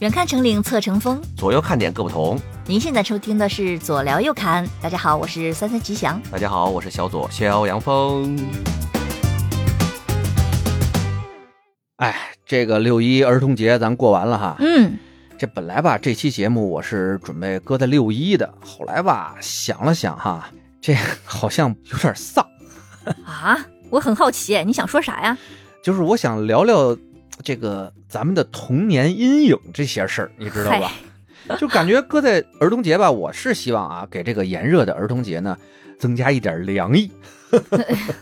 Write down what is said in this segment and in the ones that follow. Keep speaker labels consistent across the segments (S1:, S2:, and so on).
S1: 远看成岭侧成峰，
S2: 左右看点各不同。
S1: 您现在收听的是左聊右侃。大家好，我是三三吉祥。
S2: 大家好，我是小左肖阳峰。哎，这个六一儿童节咱过完了哈。
S1: 嗯，
S2: 这本来吧，这期节目我是准备搁在六一的，后来吧想了想哈，这好像有点丧。
S1: 啊，我很好奇，你想说啥 呀？
S2: 就是我想聊聊这个咱们的童年阴影这些事儿，你知道吧？就感觉搁在儿童节吧，我是希望啊，给这个炎热的儿童节呢，增加一点凉意。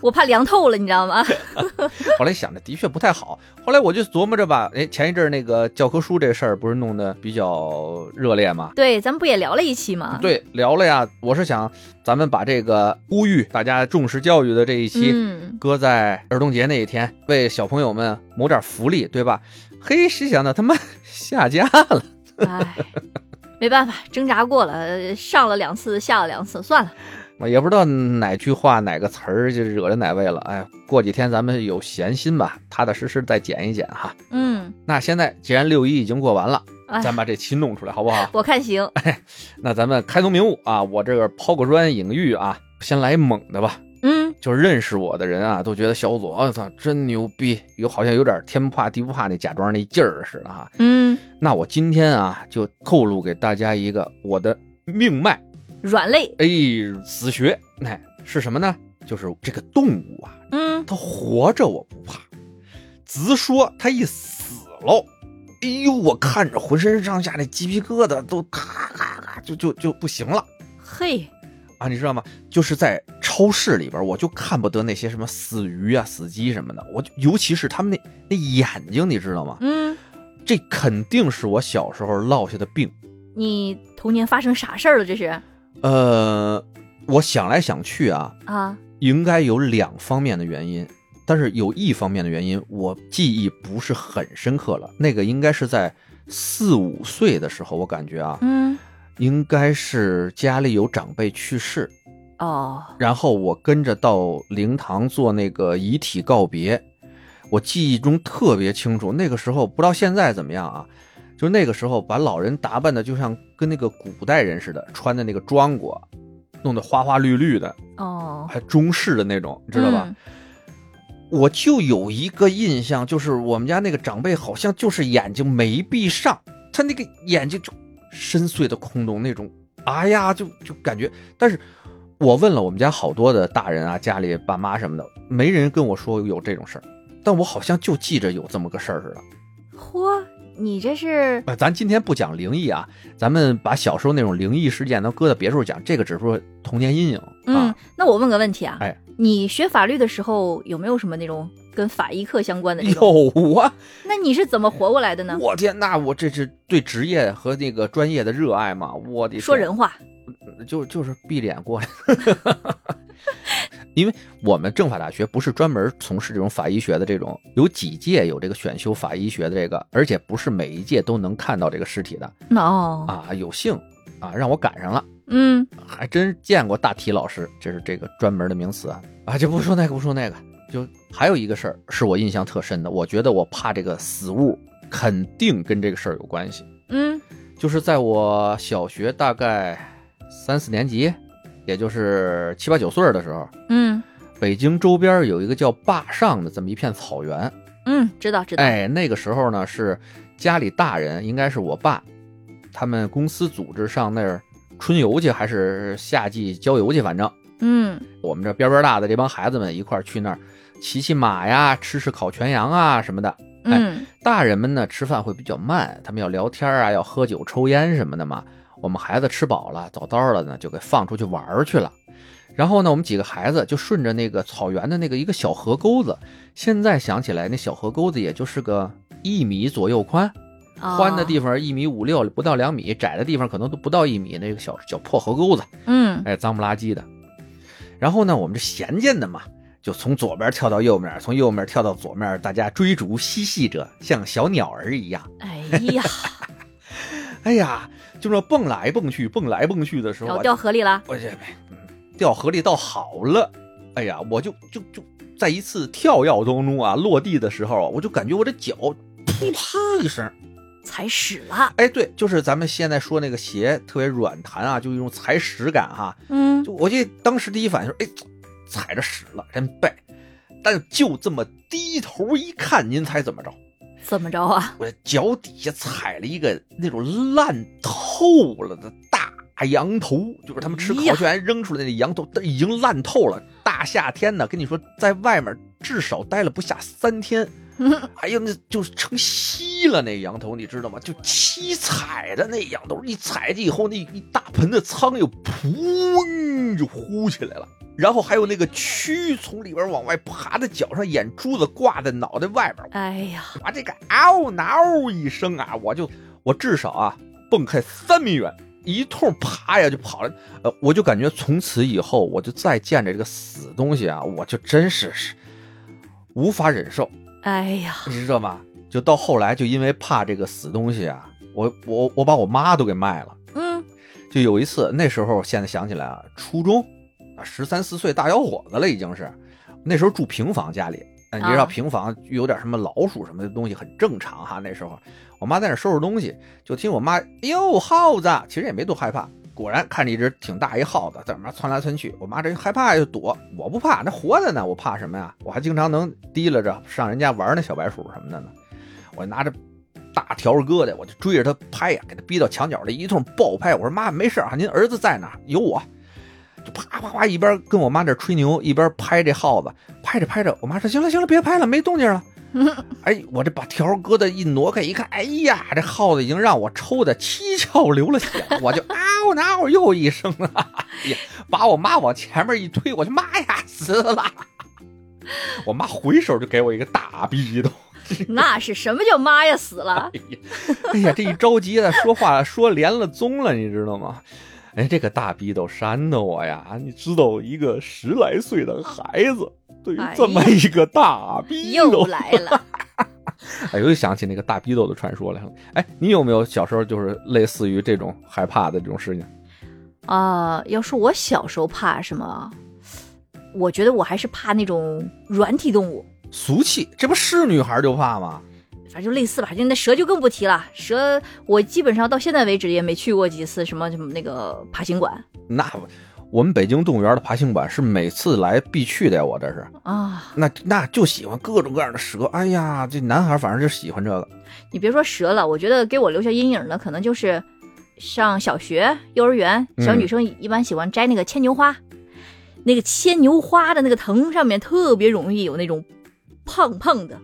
S1: 我怕凉透了，你知道 吗？
S2: 后来想着的确不太好，后来我就琢磨着吧，哎，前一阵儿那个教科书这事儿不是弄得比较热烈吗？
S1: 对，咱们不也聊了一期吗？
S2: 对，聊了呀。我是想，咱们把这个呼吁大家重视教育的这一期，
S1: 嗯，
S2: 搁在儿童节那一天，为小朋友们谋点福利，对吧？嘿，谁想到他妈 下架了？
S1: 唉，哎没办法，挣扎过了，上了两次，下了两次，算了。
S2: 我也不知道哪句话哪个词儿就惹着哪位了。哎，过几天咱们有闲心吧，踏踏实实再剪一剪哈。
S1: 嗯，
S2: 那现在既然六一已经过完了，
S1: 哎
S2: 咱把这期弄出来好不好？
S1: 我看行。
S2: 那咱们开宗明悟啊，我这个抛个砖引个玉啊，先来猛的吧。
S1: 嗯，
S2: 就是认识我的人啊，都觉得小左，我操，真牛逼，有好像有点天不怕地不怕那假装那劲儿似的哈。
S1: 嗯，
S2: 那我今天啊，就透露给大家一个我的命脉，
S1: 软肋。
S2: 哎，死穴，哎，是什么呢？就是这个动物啊，
S1: 嗯，
S2: 它活着我不怕，直说它一死喽，哎呦，我看着浑身上下那鸡皮疙瘩都咔咔咔就就就不行了
S1: 嘿，
S2: 啊，你知道吗？就是在超市里边，我就看不得那些什么死鱼啊、死鸡什么的，我就尤其是他们那那眼睛，你知道吗？
S1: 嗯，
S2: 这肯定是我小时候落下的病。
S1: 你童年发生啥事儿了？这是
S2: 呃，我想来想去啊，
S1: 啊？
S2: 应该有两方面的原因，但是有一方面的原因我记忆不是很深刻了。那个应该是在四五岁的时候，我感觉啊，
S1: 嗯，
S2: 应该是家里有长辈去世，
S1: 哦，
S2: 然后我跟着到灵堂做那个遗体告别。我记忆中特别清楚，那个时候不知道现在怎么样啊，就那个时候把老人打扮的就像跟那个古代人似的，穿的那个装裹，弄得花花绿绿的，
S1: 哦，嗯
S2: 还中式的那种，知道吧？我就有一个印象，就是我们家那个长辈好像就是眼睛没闭上，他那个眼睛就深邃的空洞那种，哎呀，就啊就感觉。但是我问了我们家好多的大人啊，家里爸妈什么的，没人跟我说有这种事儿，但我好像就记着有这么个事儿似的。
S1: 嗯？嚯，你这是
S2: 呃，咱今天不讲灵异啊，咱们把小时候那种灵异事件能搁到别处讲，这个只是说童年阴影啊。
S1: 嗯，那我问个问题啊，
S2: 哎
S1: 你学法律的时候有没有什么那种跟法医课相关的这种？
S2: 有啊，
S1: 那你是怎么活过来的呢？
S2: 我天，那我这是对职业和那个专业的热爱嘛？我的天
S1: 说人话，
S2: 就就是闭着眼过来， 因为我们政法大学不是专门从事这种法医学的这种，有几届有这个选修法医学的这个，而且不是每一届都能看到这个尸体的
S1: 哦，
S2: 啊，有幸啊让我赶上了，
S1: 嗯，
S2: 还真见过大体老师，这是这个专门的名词啊啊，就不说那个不说那个，就还有一个事儿是我印象特深的，我觉得我怕这个死物肯定跟这个事儿有关系。
S1: 嗯，
S2: 就是在我小学大概三四年级，也就是七八九岁儿的时候，
S1: 嗯，
S2: 北京周边有一个叫坝上的这么一片草原。
S1: 嗯，知道知道，
S2: 哎，那个时候呢是家里大人，应该是我爸，他们公司组织上那儿春游去，还是夏季郊游去，反正
S1: 嗯，
S2: 我们这边边大的这帮孩子们一块儿去那儿骑骑马呀，吃吃烤全羊啊什么的。
S1: 嗯，
S2: 大人们呢吃饭会比较慢，他们要聊天啊，要喝酒、抽烟什么的嘛。我们孩子吃饱了，早早的呢就给放出去玩儿去了。然后呢，我们几个孩子就顺着那个草原的那个一个小河沟子，现在想起来那小河沟子也就是个一米左右宽，
S1: 哦
S2: 宽的地，方一米五六，不到两米；窄的地方可能都不到一米，那个小小破河沟子。
S1: 嗯，
S2: 哎，脏不拉几的。然后呢，我们这闲见的嘛，就从左边跳到右面，从右面跳到左面，大家追逐嬉戏着，像小鸟儿一样。
S1: 哎 呀，
S2: 哎呀，就这么蹦来蹦去，蹦来蹦去的时候
S1: 掉
S2: 啊，
S1: 哦掉河里了，
S2: 我这嗯掉河里倒好了。哎呀，我就就就在一次跳跃当中啊，落地的时候啊，我就感觉我这脚噗呲一声，
S1: 踩屎了。
S2: 哎，对，就是咱们现在说那个鞋特别软弹啊，就有一种踩屎感啊哈、
S1: 嗯
S2: 就我记得当时第一反应就是，哎，踩着屎了，真背。但就这么低头一看，您猜怎么着？
S1: 怎么着啊？
S2: 我脚底下踩了一个那种烂透了的大羊头，就是他们吃
S1: 哎呀
S2: 烤全扔出来那羊头，都已经烂透了。大夏天呢，跟你说，在外面至少待了不下三 天，
S1: 嗯
S2: 哎呦，那就是成稀了那羊头，你知道吗？就七彩的那羊头，一踩进以后，那一大盆的苍蝇噗就呼起来了。然后还有那个蛆从里边往外爬在脚上，眼珠子挂在脑袋外边，
S1: 哎呀，
S2: 啊，这个嗷挠一声啊，我就我至少啊蹦开三米远，一通爬呀就跑了。呃，我就感觉从此以后，我就再见着这个死东西啊，我就真是是无法忍受，
S1: 哎呀，
S2: 你知道吗？就到后来，就因为怕这个死东西啊，我我我把我妈都给卖了。
S1: 嗯
S2: 就有一次，那时候现在想起来啊，初中啊，十三四岁大小伙子了，已经是。那时候住平房，家里，哎你知
S1: 啊
S2: 道平房有点什么老鼠什么的东西很正常哈。那时候我妈在那收拾东西，就听我妈哟耗子，其实也没多害怕。果然看着一只挺大一耗子在那边窜来窜去，我妈这害怕就躲，我不怕，那活着呢，我怕什么呀？我还经常能提拉着上人家玩那小白鼠什么的呢。我拿着大条疙瘩，我就追着他拍呀，给他逼到墙角里一通暴拍。我说妈，没事啊，您儿子在哪儿？有我。就啪啪啪，一边跟我妈这吹牛，一边拍这耗子。拍着拍着，我妈说：“行了行了，别拍了，没动静了。”哎，我这把条疙瘩一挪开一看，哎呀，这耗子已经让我抽的七窍流了血了，我就嗷嗷又一声了， 哎呀，把我妈往前面一推，我就妈呀，死了！ 我妈回手就给我一个大逼斗。
S1: 那是什么叫妈呀死了？
S2: 哎呀，这一着急的说话说连了宗了，你知道吗？哎，这个大逼斗扇的我呀！你知道一个十来岁的孩子，对于这么
S1: 哎
S2: 一个大逼
S1: 又
S2: 斗，
S1: 来了，
S2: 哎，又想起那个大逼斗的传说来了。哎，你有没有小时候就是类似于这种害怕的这种事情？
S1: 啊，要说我小时候怕什么，我觉得我还是怕那种软体动物，
S2: 俗气，这不是女孩就怕吗？
S1: 反正就类似吧。反正那蛇就更不提了，蛇我基本上到现在为止也没去过几次什么什么那个爬行馆
S2: 那我们北京动物园的爬行馆是每次来必去的呀，我这是。
S1: 啊。
S2: 那那就喜欢各种各样的蛇。哎呀，这男孩反正就喜欢这个。
S1: 你别说蛇了，我觉得给我留下阴影的可能就是上小学、幼儿园，小
S2: 嗯
S1: 女生一般喜欢摘那个牵牛花，那个牵牛花的那个藤上面特别容易有那种胖胖的、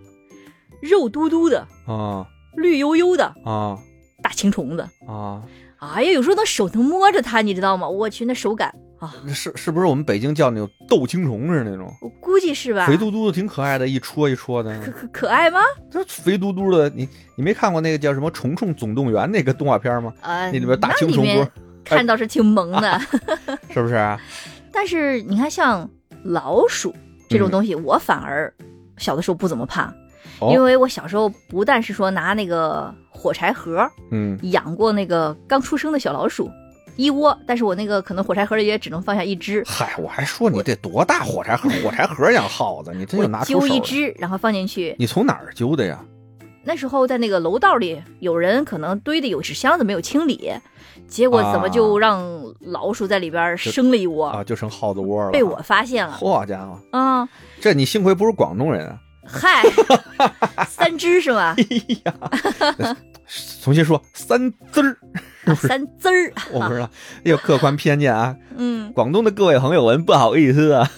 S1: 肉嘟嘟的、
S2: 啊
S1: 绿油油的
S2: 啊
S1: 大青虫子。
S2: 啊！
S1: 哎呀，有时候能手能摸着它，你知道吗？我去，那手感啊，
S2: 是是不是我们北京叫那种豆青虫似的那种？
S1: 我估计是吧？
S2: 肥嘟嘟的，挺可爱的，一戳一戳
S1: 可
S2: 的，
S1: 可可爱吗？
S2: 这肥嘟嘟的。你你没看过那个叫什么《虫虫总动员》那个动画片吗？
S1: 呃，
S2: 那里边大
S1: 那
S2: 青
S1: 里
S2: 虫啊
S1: 面
S2: 哥
S1: 看到是挺萌的，
S2: 是不是啊？
S1: 但是你看像老鼠这种
S2: 嗯
S1: 东西，我反而小的时候不怎么怕，
S2: 哦
S1: 因为我小时候不但是说拿那个火柴盒
S2: 嗯，
S1: 养过那个刚出生的小老鼠一窝，但是我那个可能火柴盒里也只能放下一只，
S2: 嗨，我还说你这多大火柴盒，火柴盒养耗子，你真就拿
S1: 我
S2: 出
S1: 揪
S2: 手
S1: 一
S2: 了。
S1: 只，然后放进去。
S2: 你从哪儿揪的呀？
S1: 那时候在那个楼道里，有人可能堆的有纸箱子没有清理，结果怎么
S2: 啊
S1: 就让老鼠在里边生了一窝，
S2: 啊，就成耗子窝了。
S1: 被我发现了
S2: 好家伙，
S1: 啊！
S2: 这你幸亏不是广东人啊！
S1: 嗨，三只是吧？
S2: 重新说三滋儿，
S1: 啊三滋儿，
S2: 我不知道，要客观偏见啊。
S1: 嗯，
S2: 广东的各位朋友们，不好意思啊。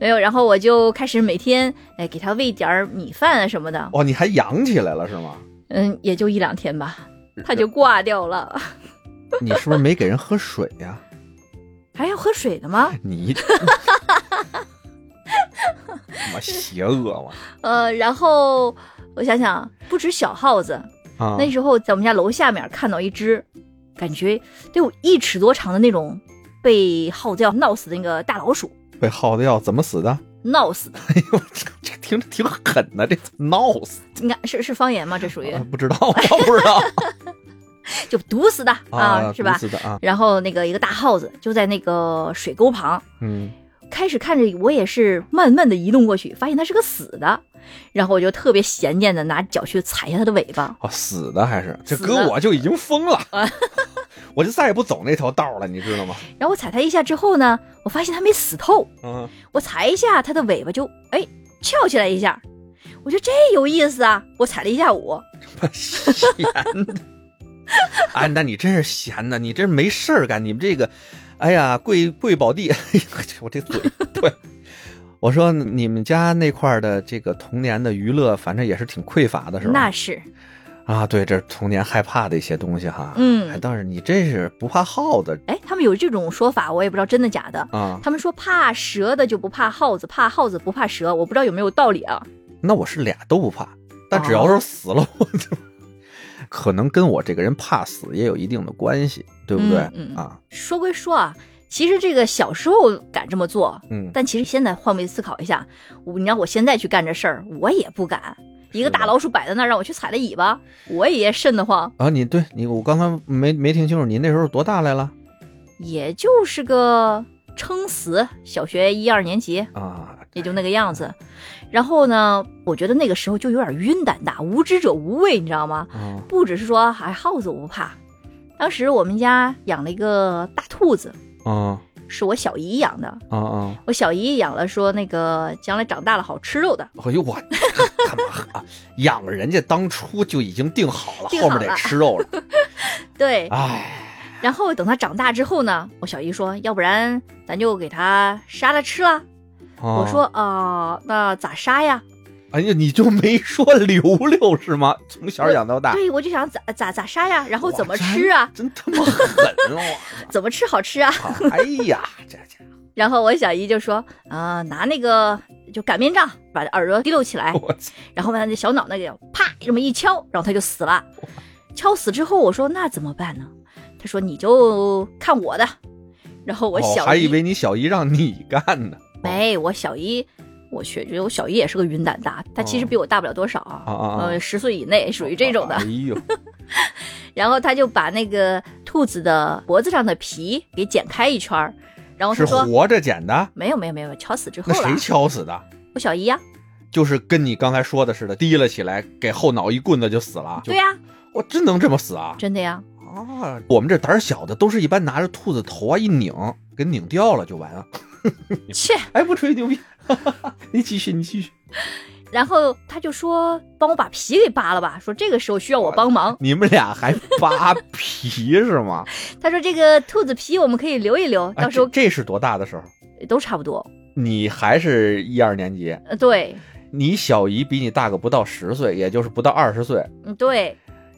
S1: 没有。然后我就开始每天哎给它喂点儿米饭啊什么的，
S2: 哦，你还养起来了是吗？
S1: 嗯，也就一两天吧，它就挂掉了。
S2: 你是不是没给人喝水呀、
S1: 还要喝水的吗？
S2: 你， 我邪恶我
S1: 呃，然后我想想，不止小耗子，
S2: 啊！
S1: 那时候在我们家楼下面看到一只，感觉得有一尺多长的那种被耗子要闹死的那个大老鼠，
S2: 被耗子药怎么死的？
S1: 闹死的。
S2: 哎呦，这这听着挺狠的，这闹死
S1: 你看是是方言吗？这属于
S2: 啊不知道，我不知道
S1: 就毒死的啊，是吧
S2: 毒？死的啊，
S1: 然后那个一个大耗子就在那个水沟旁
S2: 嗯
S1: 开始看着我也是慢慢的移动过去，发现它是个死的，然后我就特别嫌念的拿脚去踩一下它的尾巴。
S2: 哦，死的还是这
S1: 死
S2: 哥
S1: 的
S2: 我就已经 疯了，我就再也不走那条道了，你知道吗？
S1: 然后我踩它一下之后呢，我发现它没死透，
S2: 嗯，
S1: 我踩一下它的尾巴就哎翘起来一下，我觉得这有意思啊，我踩了一下午。
S2: 闲的。 哎，那你真是闲的，你真没事儿干。你们这个，哎呀，贵贵宝地，哎 呀我这嘴 对。我说你们家那块儿的这个童年的娱乐，反正也是挺匮乏的，是吧？
S1: 那是，
S2: 啊，对，这是童年害怕的一些东西哈。
S1: 嗯
S2: 哎但是你真是不怕耗子
S1: 哎，他们有这种说法，我也不知道真的假的。
S2: 啊。
S1: 他们说怕蛇的就不怕耗子，怕耗子不怕蛇，我不知道有没有道理啊。
S2: 那我是俩都不怕，但只
S1: 哦
S2: 要是死了，我就 可能跟我这个人怕死也有一定的关系，对不对？
S1: 嗯嗯
S2: 啊，
S1: 说归说啊，其实这个小时候敢这么做，
S2: 嗯，
S1: 但其实现在换位思考一下，我你让我现在去干这事儿，我也不敢。一个
S2: 是的
S1: 大老鼠摆在那儿，让我去踩它尾巴，我也瘆得慌。
S2: 啊，你对你，我刚刚没没听清楚，你那时候多大来了
S1: 也就是个撑死小学一二年级，
S2: 啊？
S1: 也就那个样子。然后呢，我觉得那个时候就有点晕胆大，无知者无畏，你知道吗？
S2: 啊，
S1: 不只是说还耗子我不怕，当时我们家养了一个大兔子，
S2: 啊
S1: 是我小姨养的。
S2: 啊啊！
S1: 我小姨养了，说那个将来长大了好吃肉的。
S2: 哎呦我干嘛啊？养人家当初就已经定好了，
S1: 定
S2: 后面
S1: 好
S2: 得
S1: 了
S2: 吃肉了。
S1: 对，
S2: 哎，
S1: 然后等它长大之后呢，我小姨说，要不然咱就给它杀了吃了。
S2: 啊
S1: 我说，啊、那咋杀呀？
S2: 哎呀，你就没说溜溜是吗？从小养到大，
S1: 对，我就想咋咋咋杀呀，然后
S2: 啊哇
S1: 怎么吃啊？？
S2: 真真他妈狠 了！
S1: 怎么吃好吃啊？
S2: 我操！哎呀，这这，
S1: 然后我小姨就说啊、拿那个就擀面杖把耳朵提溜起来，
S2: 我操！
S1: 然后把他那小脑袋给啪这么一敲，然后他就死了。敲死之后，我说那怎么办呢？他说你就看我的。然后我
S2: 哦
S1: 小
S2: 还
S1: 姨、
S2: 以为你小姨让你干呢。
S1: 没，我小姨，我去，觉得我小姨也是个云胆大，她其实
S2: 哦
S1: 比我大不了多少啊，
S2: 啊啊啊
S1: 呃，十岁以内属于这种的
S2: 哎。 呦，
S1: 然后她就把那个兔子的脖子上的皮给剪开一圈儿，然后她
S2: 是
S1: 说
S2: 活着捡的？
S1: 没有没有没有，敲死之后
S2: 那
S1: 了
S2: 谁，敲死的？
S1: 我小姨呀、
S2: 就是跟你刚才说的似的，提了起来，给后脑一棍子就死了。
S1: 对呀、哦
S2: 我真能这么死啊？
S1: 真的呀，
S2: 啊，我们这胆儿小的都是一般拿着兔子头啊一拧，给拧掉了就完了。
S1: 切。
S2: 哎，不 吹牛逼，你继续，你继续。
S1: 然后他就说：“帮我把皮给扒了吧。”说这个时候需要我帮忙。
S2: 你们俩还扒皮 是吗？
S1: 他说：“这个兔子皮我们可以留一留，
S2: 哎
S1: 到时候
S2: 这这是多大的时候？
S1: 都差不多。
S2: 你还是一二年级，”
S1: 呃，对，
S2: 你小姨比你大个不到十岁，也就是不到二十岁。
S1: 嗯，对，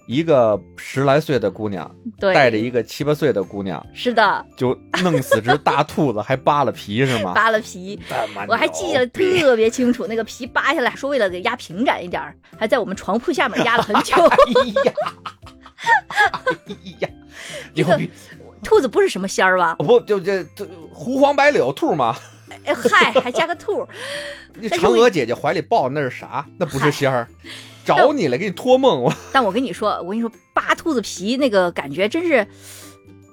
S2: 一个十来岁的姑娘
S1: 对，
S2: 带着一啊个七八岁的姑娘，
S1: 是的，
S2: 就弄死只大兔子，还扒了皮是吗？
S1: 扒了皮。
S2: 他妈
S1: 我还记得
S2: 牛逼
S1: 特别清楚，那个皮扒下来，说为了给压平展一点儿，还在我们床铺下面压了很久。
S2: 哎呀，哎呀，牛逼！哦
S1: 兔子不是什么仙儿吧？
S2: 不就这这狐黄白柳兔嘛？
S1: 哎嗨，还加个兔儿。
S2: 那
S1: 但是
S2: 嫦
S1: 我
S2: 娥姐姐怀里抱那是啥？那不是仙儿，找你来给你托梦我。
S1: 但我跟你说，我跟你说，扒兔子皮那个感觉真是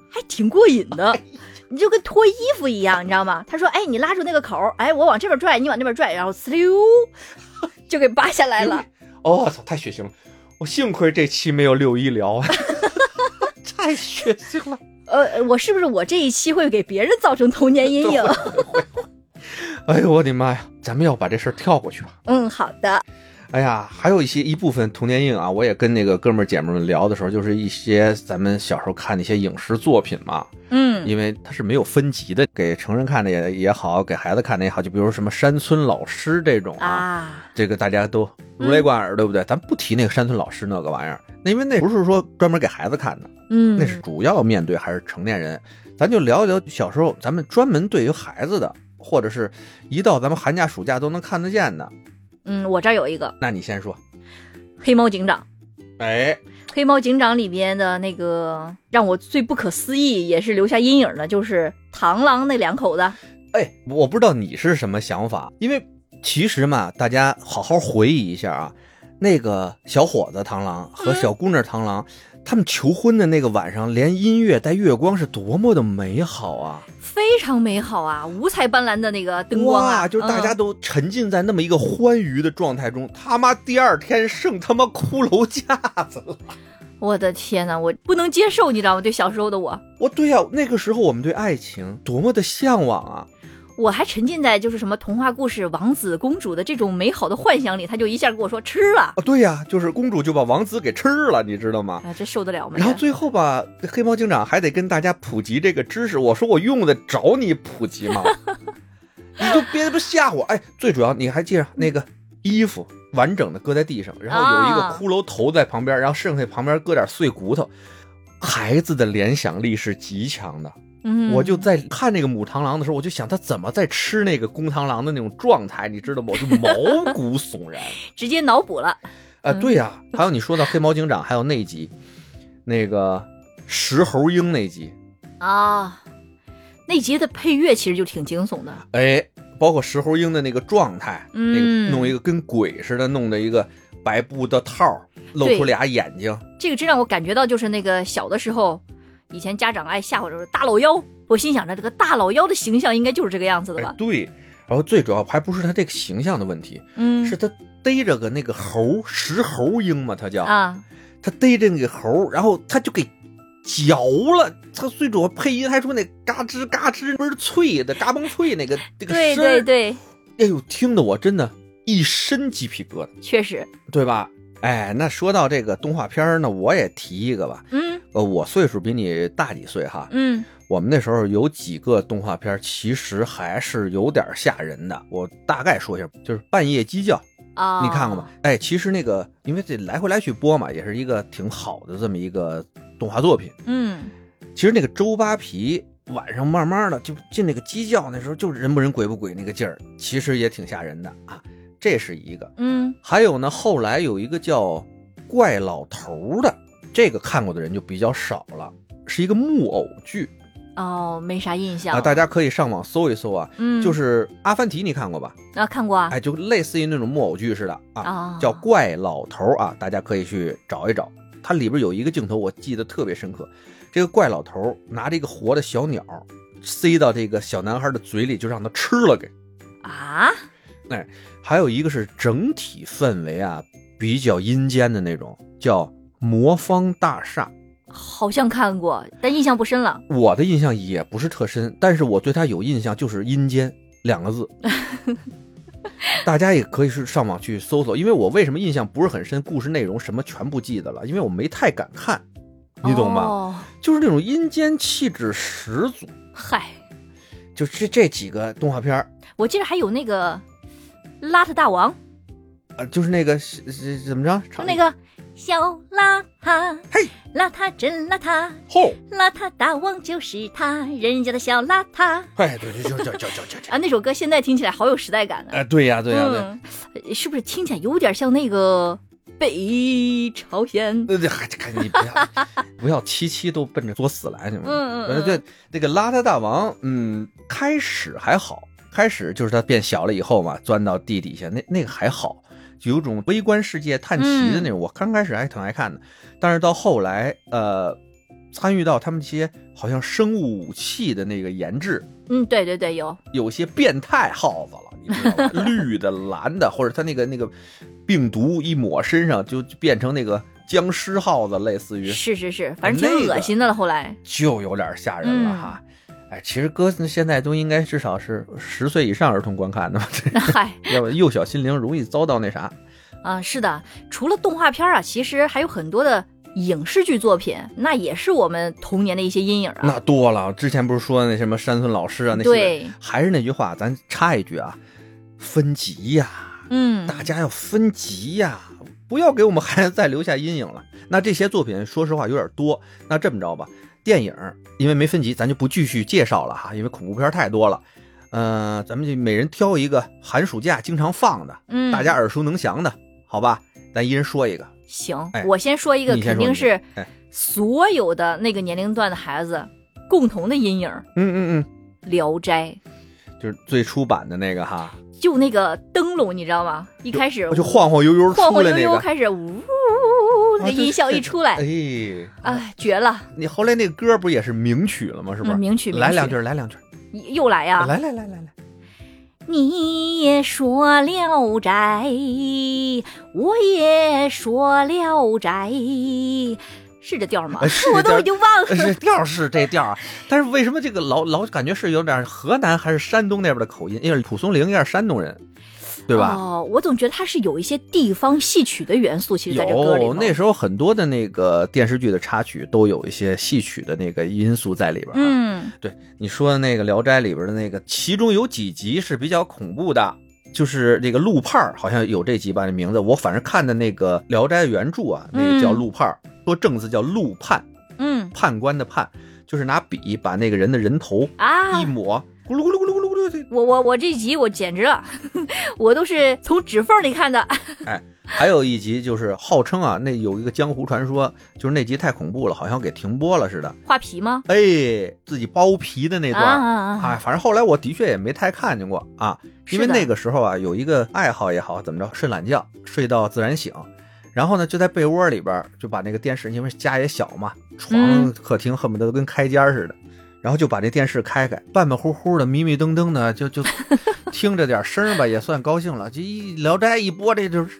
S1: 还挺过瘾
S2: 哎
S1: 的，你就跟脱衣服一样，你知道吗？他说：“哎，你拉住那个口儿，哎，我往这边拽，你往那边拽，然后呲溜 就给扒下来了。
S2: 哦，我操，太血腥了！我幸亏这期没有六一聊，啊 太血腥了。”
S1: 呃，我是不是我这一期会给别人造成童年阴影？
S2: 哎呦我的妈呀！咱们要把这事儿跳过去吧。
S1: 嗯，好的，
S2: 哎呀，还有一些一部分童年阴影啊，我也跟那个哥们儿姐们儿们聊的时候，就是一些咱们小时候看的一些影视作品嘛，
S1: 嗯
S2: 因为它是没有分级的，给成人看的也也好，给孩子看的也好，就比如什么山村老师这种啊，
S1: 啊，嗯
S2: 这个大家都如雷贯耳，对不对？咱不提那个山村老师那个玩意儿，那因为那不是说专门给孩子看的，
S1: 嗯，
S2: 那是主要面对还是成年人。咱就聊一聊小时候咱们专门对于孩子的，或者是一到咱们寒假暑假都能看得见的。
S1: 嗯，我这儿有一个
S2: 那你先说，
S1: 黑猫警长。
S2: 哎，
S1: 《黑猫警长》里边的那个让我最不可思议，也是留下阴影的，就是螳螂那两口子。
S2: 哎，我不知道你是什么想法，因为其实嘛，大家好好回忆一下啊，那个小伙子螳螂和小姑娘螳螂，他们求婚的那个晚上，连音乐带月光是多么的美好啊！
S1: 非常美好啊，五彩斑斓的那个灯光啊，
S2: 哇，就是大家
S1: 嗯
S2: 都沉浸在那么一个欢愉的状态中。他妈第二天剩他妈骷髅架子了。
S1: 嗯我的天呐，我不能接受，你知道吗？对小时候的我，
S2: 我哦对呀、那个时候我们对爱情多么的向往啊！
S1: 我还沉浸在就是什么童话故事、王子公主的这种美好的幻想里，他就一下跟我说吃了
S2: 啊，对呀、就是公主就把王子给吃了，你知道吗？
S1: 啊，这受得了吗？
S2: 然后
S1: 这
S2: 最后吧，黑猫警长还得跟大家普及这个知识。我说我用得着你普及吗？你就别不吓我！哎，最主要你还记着那个衣服完整的搁在地上，然后有一个
S1: 啊
S2: 骷髅头在旁边，然后剩下旁边搁点碎骨头。孩子的联想力是极强的。
S1: 嗯，
S2: 我就在看那个母螳螂的时候，我就想它怎么在吃那个公螳螂的那种状态，你知道吗？我就毛骨悚然。
S1: 直接脑补了。
S2: 啊，
S1: 嗯
S2: 对呀、还有你说到黑猫警长，还有那集，那个石猴鹰那集，
S1: 啊，那节的配乐其实就挺惊悚的。
S2: 哎，包括石猴鹰的那个状态，那
S1: 嗯
S2: 个弄一个跟鬼似的，弄的一个白布的套儿，露
S1: 对
S2: 出俩眼睛，
S1: 这个真让我感觉到，就是那个小的时候，以前家长爱吓唬着说大老妖，我心想着这个大老妖的形象应该就是这个样子的
S2: 哎
S1: 吧，？
S2: 对。然后最主要还不是他这个形象的问题，
S1: 嗯，
S2: 哎是他逮着个那个猴，石猴鹰嘛，他叫，
S1: 啊，
S2: 他逮着那个猴，然后他就给嚼了。他最主要配音还说那嘎吱嘎吱倍儿脆的，嘎嘣脆那个这个
S1: 对
S2: 声
S1: 对
S2: 儿
S1: 对，
S2: 哎呦，听得我真的一身鸡皮疙瘩，
S1: 确实，
S2: 对吧？哎，那说到这个动画片儿呢，我也提一个吧。
S1: 嗯
S2: 呃，我岁数比你大几岁哈，
S1: 嗯
S2: 我们那时候有几个动画片儿，其实还是有点吓人的。我大概说一下，就是《半夜鸡叫》，
S1: 啊，
S2: 你看过吗？？哎，其实那个，因为这来回来去播嘛，也是一个挺好的这么一个动画作品。
S1: 嗯，
S2: 其实那个周扒皮晚上慢慢的就进那个鸡叫，那时候就人不人鬼不鬼那个劲儿，其实也挺吓人的啊。这是一个，
S1: 嗯，
S2: 还有呢，后来有一个叫怪老头儿的，这个看过的人就比较少了，是一个木偶剧
S1: 哦，没啥印象
S2: 啊，大家可以上网搜一搜啊。
S1: 嗯，
S2: 就是《阿凡提》，你看过吧？
S1: 啊，看过啊，
S2: 哎，就类似于那种木偶剧似的啊，
S1: 啊，
S2: 叫怪老头儿啊，大家可以去找一找。它里边有一个镜头我记得特别深刻，这个怪老头儿拿着一个活的小鸟，塞到这个小男孩的嘴里，就让他吃了给。
S1: 啊，
S2: 还有一个是整体氛围啊比较阴间的那种，叫魔方大厦。
S1: 好像看过，但印象不深了。
S2: 我的印象也不是特深，但是我对它有印象，就是阴间两个 字。大家也可以是上网去搜搜，因为我为什么印象不是很深，故事内容什么全不记得了，因为我没太敢看，你懂吗？
S1: 哦，
S2: 就是那种阴间气质十足，
S1: 嗨，
S2: 就这这几个动画片儿
S1: 我记得还有那个邋遢大王，
S2: 呃，就是那个是是怎么着，
S1: 就那个小邋遢，
S2: 嘿，
S1: 邋遢真邋遢，
S2: 后，
S1: 邋遢大王就是他，人家的小邋遢
S2: 哎，对，就就就就就就
S1: 啊！那首歌现在听起来好有时代感呢、啊
S2: 哎，对呀，对呀，对，
S1: 嗯，是不是听起来有点像那个北朝鲜？
S2: 那这还赶紧不 要不要七七都奔着作死来你们。
S1: 嗯嗯
S2: 呃
S1: 嗯
S2: 对，那个邋遢大王，嗯，开始还好，开始就是他变小了以后嘛，钻到地底下，那那个还好，有种微观世界探
S1: 嗯
S2: 奇的那种。我刚开始还挺爱看的，但是到后来，呃，参与到他们这些好像生物武器的那个研制，
S1: 嗯，对对对，有
S2: 有些变态耗子了，你知道吗？绿的、蓝的，或者他那个那个病毒一抹身上，就就变成那个僵尸耗子，类似于
S1: 是是是，反正挺
S2: 哎那个
S1: 恶心的了。后 来
S2: 就有点吓人了哈。哎，其实哥现在都应该至少是十岁以上儿童观看的嘛，
S1: 嗨
S2: 要不然幼小心灵容易遭到那啥。
S1: 啊，是的，除了动画片啊，其实还有很多的影视剧作品，那也是我们童年的一些阴影啊。
S2: 那多了，之前不是说那什么山村老师啊，那些
S1: 对
S2: 还是那句话，咱插一句啊，分级呀、
S1: 嗯，
S2: 大家要分级呀、不要给我们孩子再留下阴影了。 那这些作品，说实话有点多。那这么着吧，电影因为没分级，咱就不继续介绍了哈，因为恐怖片太多了。呃，咱们就每人挑一个寒暑假经常放的，
S1: 嗯，
S2: 大家耳熟能详的，好吧？咱一人说一个。
S1: 行
S2: 哎，
S1: 我先说一个，
S2: 你
S1: 肯
S2: 先说
S1: 定
S2: 你
S1: 是
S2: 哎
S1: 所有的那个年龄段的孩子共同的阴影，《
S2: 嗯嗯
S1: 聊斋》。
S2: 嗯，就是最初版的那个哈。
S1: 就那个灯笼，你知道吗？一开始
S2: 我就晃晃悠悠出
S1: 晃晃
S2: 来
S1: 悠
S2: 那
S1: 悠
S2: 个，
S1: 开始，呜呜呜呜，那
S2: 啊
S1: 个音效一出来，
S2: 哎，
S1: 哎，绝了，
S2: 你后来那个歌不也是名曲了吗？是不是？
S1: 嗯名曲啊名曲
S2: 来两句，来两句，
S1: 你又来呀！
S2: 来来来来来，
S1: 你也说聊斋，我也说聊斋，是这调儿吗？
S2: 哎是这
S1: 我
S2: 调
S1: 都
S2: 儿
S1: 已经忘
S2: 呃
S1: 了。
S2: 这调儿是这调儿啊，但是为什么这个老老感觉是有点河南还是山东那边的口音？因为蒲松龄应该是山东人，对吧？
S1: 哦，我总觉得它是有一些地方戏曲的元素，其实在这歌里
S2: 有
S1: 头。
S2: 那时候很多的那个电视剧的插曲都有一些戏曲的那个因素在里边、啊。，
S1: 嗯，
S2: 对你说的那个《聊斋》里边的那个，其中有几集是比较恐怖的，就是那个陆派儿，好像有这集吧，那名字我反正看的那个《聊斋》原著啊，那个叫
S1: 嗯
S2: 陆派儿，说正字叫陆判，
S1: 嗯
S2: 判官的判，就是拿笔把那个人的人头
S1: 啊
S2: 一，抹，咕噜咕噜咕噜咕噜咕噜这，
S1: 我我我这集我简直了， 我都是从指缝里看的。
S2: 还有一集就是号称啊，那有一个江湖传说，就是那集太恐怖了，好像给停播了似的。
S1: 画皮吗？
S2: 哎，自己剥皮的那段儿，
S1: 啊
S2: 哎，反正后来我的确也没太看见过啊，因
S1: 是
S2: 为
S1: 的
S2: 那个时候啊，有一个爱好也好，怎么着，睡懒觉，睡到自然醒，然后呢，就在被窝里边儿就把那个电视，因为家也小嘛，床、
S1: 嗯
S2: 客厅恨不得都跟开间儿似的，然后就把这电视开开，半半乎乎的，迷迷瞪瞪的，就就 听着点声儿吧，也算高兴了。这一《聊斋》一播，这就是，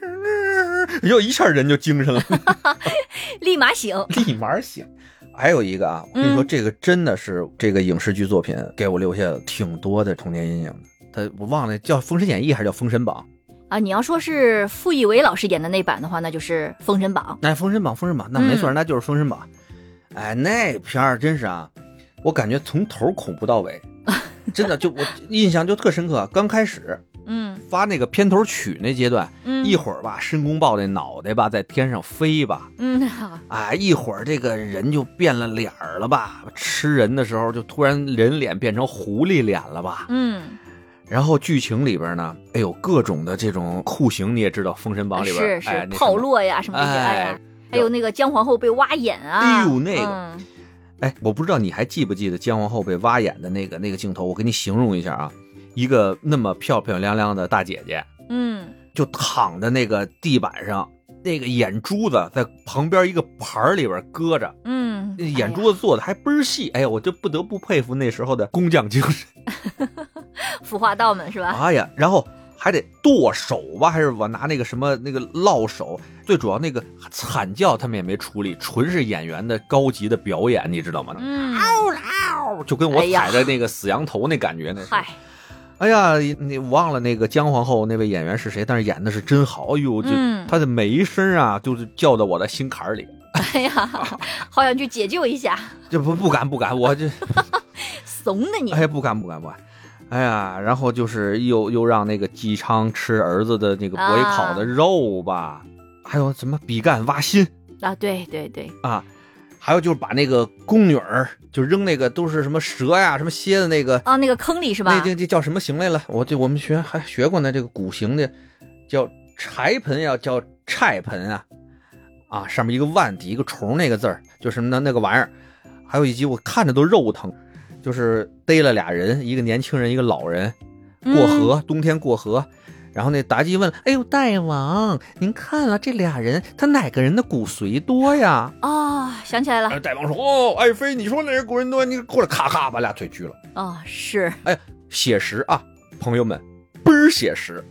S2: 就一下人就精神了。
S1: 立马醒。
S2: 立马醒。还有一个啊，我跟你说，这个真的是这个影视剧作品给我留下挺多的童年阴影的。他我忘了叫《封神演义》还是叫《封神榜
S1: 啊，你要说是傅艺伟老师演的那版的话，那就是《封神榜》。》？
S2: 哎，《封神榜》《封神榜》，那没错，那就是《封神榜》。哎，那片儿真是啊，我感觉从头恐怖到尾，真的就我印象就特深刻。刚开始
S1: 嗯
S2: 发那个片头曲那阶段，
S1: 嗯
S2: 一会儿吧，申公豹那脑袋吧在天上飞吧，
S1: 嗯，好
S2: 啊，一会儿这个人就变了脸儿了吧？吃人的时候就突然人脸变成狐狸脸了吧？
S1: 嗯，
S2: 然后剧情里边呢，哎呦，各种的这种酷刑，你也知道，《封神榜》里边
S1: 是是
S2: 哎那什么
S1: 炮烙呀什么的，
S2: 哎
S1: 哎呀，还有那个姜皇后被挖眼啊，
S2: 哎呦那个
S1: 嗯
S2: 哎，我不知道你还记不记得姜皇后被挖眼的那个那个镜头？我给你形容一下啊，一个那么漂漂亮亮的大姐姐，
S1: 嗯
S2: 就躺在那个地板上，那个眼珠子在旁边一个盘儿里边搁着，
S1: 嗯，
S2: 那
S1: 哎呀
S2: 呃眼珠子做的还倍儿细。哎呀，我就不得不佩服那时候的工匠精神。
S1: 腐化道们是吧？
S2: 哎呀，然后还得剁手吧，还是我拿那个什么那个烙手？最主要那个惨叫他们也没处理，纯是演员的高级的表演，你知道吗？
S1: 嗯，
S2: 嗷就跟我
S1: 哎呀
S2: 踩在那个死羊头那感觉那是。
S1: 嗨，
S2: 哎呀，你忘了那个姜皇后那位演员是谁？但是演的是真好，哎呦，就
S1: 嗯
S2: 她的每一声啊，就是叫到我的心坎儿里，
S1: 哎呀， 好想去解救一下，
S2: 这不不敢不敢，我这。
S1: 怂的你，
S2: 哎，不敢不敢不敢。哎呀，然后就是又又让那个姬昌吃儿子的那个博弈烤的肉吧，还有什么比干挖心，
S1: 啊，对对对，
S2: 还有就是把那个宫女儿就扔那个都是什么蛇呀、什么蝎子那个，
S1: 啊，那个坑里是吧
S2: 那？这这叫什么刑来了？我这我们学还学过呢，这个古刑的叫柴盆呀，叫柴盆啊，啊，上面一个万底一个虫那个字儿，就什么呢那个玩意儿。还有一集我看着都肉疼，就是逮了俩人，一个年轻人，一个老人，过河，
S1: 嗯
S2: 冬天过河。然后那妲己问：“哎呦，大王，您看了这俩人，他哪个人的骨髓多呀
S1: 哦，想起来？”了，
S2: 哎，大王说：“哦，爱妃，你说哪人骨髓多？你过来，咔咔把俩腿锯了。”
S1: 哦，是，
S2: 写实啊，朋友们，倍儿写实。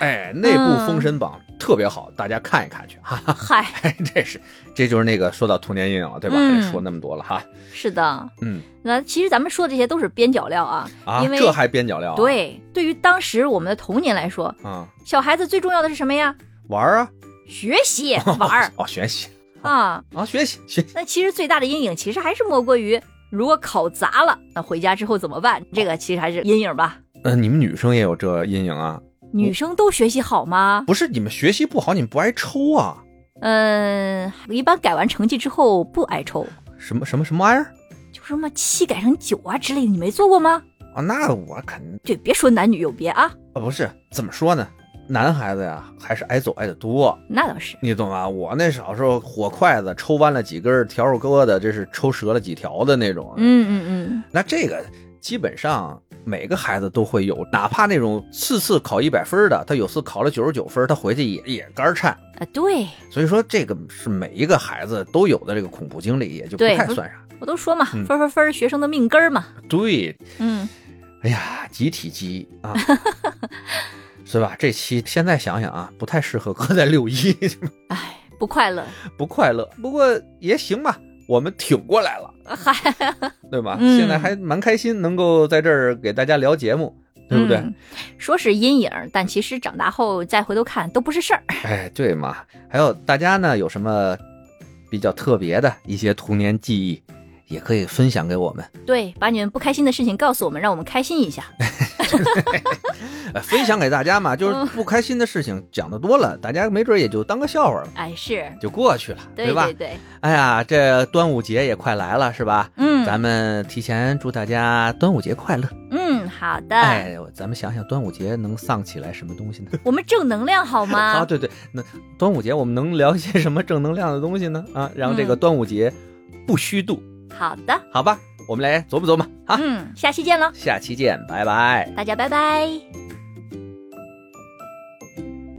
S2: 哎，那部
S1: 嗯
S2: 《封神榜》特别好，大家看一看去 哈哈。
S1: 嗨，
S2: 这是，这就是那个说到童年阴影了，对吧？哎
S1: 嗯
S2: 说那么多了哈，
S1: 是的，
S2: 嗯
S1: 那其实咱们说的这些都是边角料啊，
S2: 啊，
S1: 因为
S2: 这还边角料、啊，
S1: 对，对于当时我们的童年来说，
S2: 啊，
S1: 小孩子最重要的是什么呀？
S2: 玩儿啊，
S1: 学习玩 儿
S2: 哦，学习
S1: 啊。
S2: 啊，学习学习，
S1: 那其实最大的阴影其实还是莫过于，如果考砸了，那回家之后怎么办？这个其实还是阴影吧。
S2: 呃，你们女生也有这阴影啊？
S1: 女生都学习好吗？
S2: 不是你们学习不好，你们不挨抽啊？
S1: 嗯，一般改完成绩之后不挨抽，
S2: 什么什么什么玩意儿
S1: 就什么七改成九啊之类的，你没做过吗？
S2: 啊？那我肯
S1: 对，别说男女有别啊，
S2: 啊，不是怎么说呢？男孩子呀，还是挨揍挨得多。
S1: 那倒是。
S2: 你懂吧？我那小时候火筷子抽弯了几根儿，笤帚疙瘩，这是抽折了几条的那种。，
S1: 嗯嗯
S2: 那这个基本上每个孩子都会有，哪怕那种次次考一百分的，他有次考了九十九分，他回去也也肝儿颤。
S1: 啊，对
S2: 所以说，这个是每一个孩子都有的这个恐怖经历，也就不
S1: 对
S2: 太
S1: 不是
S2: 算啥。
S1: 我都说嘛，
S2: 嗯
S1: 分儿分儿分儿，学生的命根儿嘛。
S2: 对，
S1: 嗯，
S2: 哎呀，集体记忆 啊，是吧？这期现在想想啊，不太适合搁在六一，
S1: 哎，不快乐，
S2: 不快乐。不过也行吧，我们挺过来了，
S1: 啊嗨，
S2: 对吧？
S1: 嗯
S2: 现在还蛮开心，能够在这儿给大家聊节目，对不对？
S1: 嗯说是阴影，但其实长大后再回头看都不是事儿。
S2: 哎，对嘛。还有大家呢，有什么比较特别的一些童年记忆，也可以分享给我们。
S1: 对，把你们不开心的事情告诉我们，让我们开心一下。
S2: 呃，分享给大家 嘛，就是
S1: 嗯
S2: 不开心的事情讲的多了，大家没准也就当个笑话了，
S1: 哎，是
S2: 就过去了，
S1: 对
S2: 吧？
S1: 对对，
S2: 哎呀，这端午节也快来了，是吧？
S1: 嗯
S2: 咱们提前祝大家端午节快乐。
S1: 嗯，好的，
S2: 哎，咱们想想端午节能丧起来什么东西呢？
S1: 我们正能量好吗？
S2: 啊，对对，那端午节我们能聊一些什么正能量的东西呢？啊，让这个
S1: 嗯
S2: 端午节不虚度，
S1: 好的，
S2: 好吧？我们来琢磨琢磨啊，
S1: 嗯，下期见喽，
S2: 下期见，拜拜。
S1: 大家拜拜。